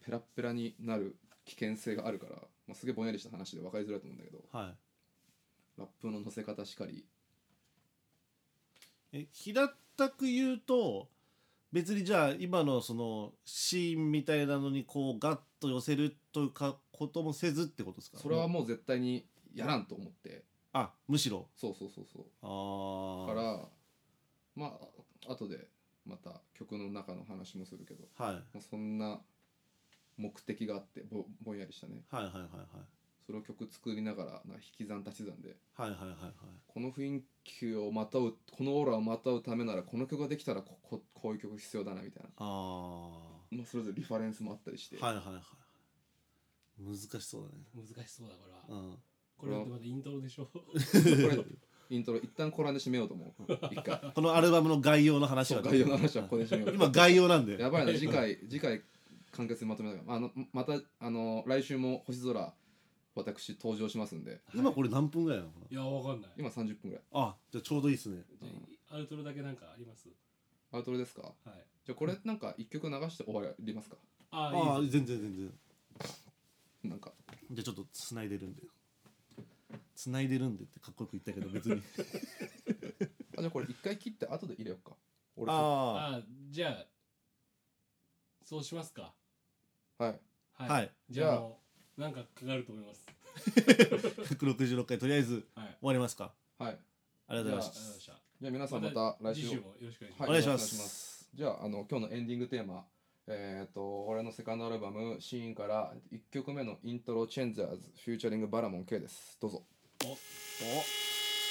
Speaker 3: ペラッペラになる危険性があるから、まあ、すげえぼんやりした話で分かりづらいと思うんだけど
Speaker 2: は
Speaker 3: ラップの乗せ方しかり
Speaker 2: いえ平たく言うと別にじゃあ今のそのシーンみたいなのにこうガッと寄せるというかこともせずってことですか
Speaker 3: それはもう絶対にやらんと思って
Speaker 2: あむしろ
Speaker 3: そうそうそうそう
Speaker 2: あ
Speaker 3: か
Speaker 2: あ
Speaker 3: らまあ後でまた曲の中の話もするけど、
Speaker 2: はい
Speaker 3: まあ、そんな目的があってぼぼんやりしたね
Speaker 2: はいはいはい
Speaker 3: それを曲作りながらなんか引き算足し算で
Speaker 2: はいはいはいはいはい
Speaker 3: この雰囲気をまとうこのオーラをまとうためならこの曲ができたらこここういう曲必要だなみたいな、
Speaker 2: あ
Speaker 3: まあ、それぞれリファレンスもあったりして、
Speaker 2: ーはいはいはい難しそうだね
Speaker 1: 難しそうだこれは、
Speaker 2: うん
Speaker 1: これだってまだイントロでしょ
Speaker 3: これイントロ一旦これで締めようと思 う一回
Speaker 2: このアルバムの概要の話
Speaker 3: そ
Speaker 2: は
Speaker 3: う
Speaker 2: ね
Speaker 3: 概要の話はここで締めよう
Speaker 2: 今概要なんで
Speaker 3: やばいな次回次回簡潔にまとめたからあのまたあの来週も星空私登場しますんで
Speaker 2: 今
Speaker 1: はい
Speaker 2: これ何分ぐらいなのか
Speaker 1: いやわかんない
Speaker 3: 今30分ぐらい
Speaker 2: なあじゃあちょうどいいですね
Speaker 1: じゃあアウトロだけなんかあります
Speaker 3: アウトロですか
Speaker 1: はい
Speaker 3: じゃあこれなんか1曲流して終わりますか
Speaker 1: ああ
Speaker 2: あ
Speaker 1: い
Speaker 2: あ
Speaker 1: い
Speaker 2: ー全然全然
Speaker 3: なんか
Speaker 2: じゃあちょっと繋いでるんで繋いでるんでってかっこよく言ったけど別に
Speaker 3: あじゃあこれ1回切って後で入れようか 俺
Speaker 2: あ
Speaker 1: ああじゃあそうしますか
Speaker 3: はい
Speaker 2: あ
Speaker 1: は
Speaker 2: はい
Speaker 1: じゃ
Speaker 3: じゃ
Speaker 1: あ
Speaker 3: あ
Speaker 1: もうなんかかかると思います
Speaker 2: 166回とりあえず
Speaker 1: はい
Speaker 2: 終わりますか
Speaker 3: はい
Speaker 2: ありがとうございま
Speaker 1: ありがとう
Speaker 2: し
Speaker 1: ござ
Speaker 2: た
Speaker 1: いました
Speaker 3: じゃあ皆さんまた来
Speaker 1: 次
Speaker 3: 週
Speaker 1: 週
Speaker 3: を
Speaker 1: もよろしくお願いします、
Speaker 3: は
Speaker 2: お願いしま
Speaker 3: お願いしますじゃああの今日のエンディングテーマえっ、と俺のセカンドアルバム「シーン」から1曲目のイントロ「チェンジャーズ」フューチャリングバラモン K ですどうぞ
Speaker 2: りがとうございました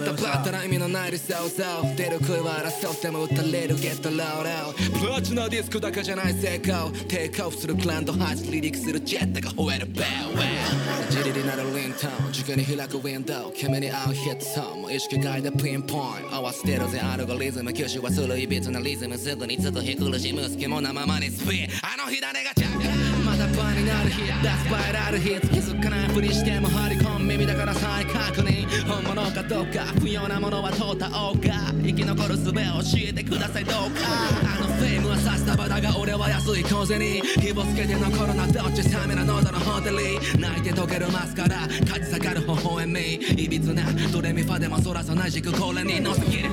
Speaker 4: 伝わったら意味のない理想さ出る声は争っても打たれるゲットロードプラチナディスクだけじゃない成功テイクオフするクランドハイ離陸するジェットが吠えるベーウェイじりになるリントン軸に開くウィンドウ君に合うヒットソング意識外でピンポイント合わせてるぜアルゴリズム吸収はするいびつなリズムすぐにつく日苦しむ隙もなままにスピーあの火種がチャッまだパーになる日ダスパイラルヒッツ気づかないふりしても張り込む耳だから再確認本物かどうか不要なものは淘汰おうか生き残る術を教えてくださいどうかあのフェイムはさスタバだが俺は安い小銭火をつけて残るなどっち冷めな喉のホテル泣いて溶けるマスカラ立ち下がる微笑みいびつなドレミファでもそらさない軸これに乗せきる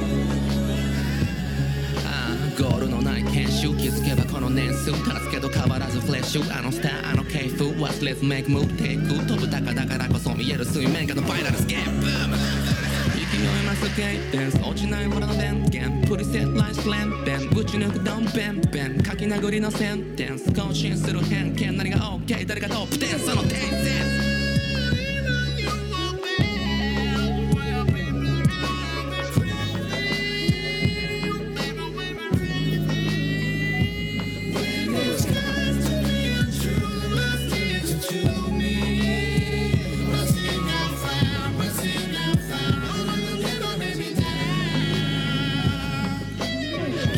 Speaker 4: ああゴールのない研修気づけばこの年数たらすけど変わらずフレッシュあのスターあの系風忘れずメイクムーブテイク飛ぶ高だからこそ見える水面下 のバイラルスケープブーム勢いますゲイデンス落ちない俺の電源プリセットライスレンペンぶち抜くドンペンペン書き殴りのセンテンス更新する偏見何が OK 誰がトップ10その定説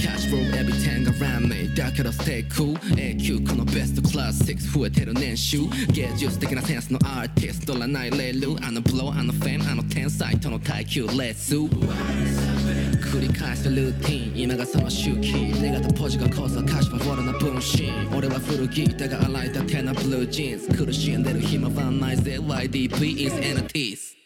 Speaker 4: Cash flow everything around me だけど stay cool 永久このベストクラス6増えてる年収芸術的なセンスのアーティストらないレールあのブローあのフェンあの天才との耐久レース繰り返すルーティン今がその周期ネガとポジがこそ歌詞もフォルな分身俺は古着だが洗いたてなブルージーンズ苦しんでる暇はないぜ YDP is NTS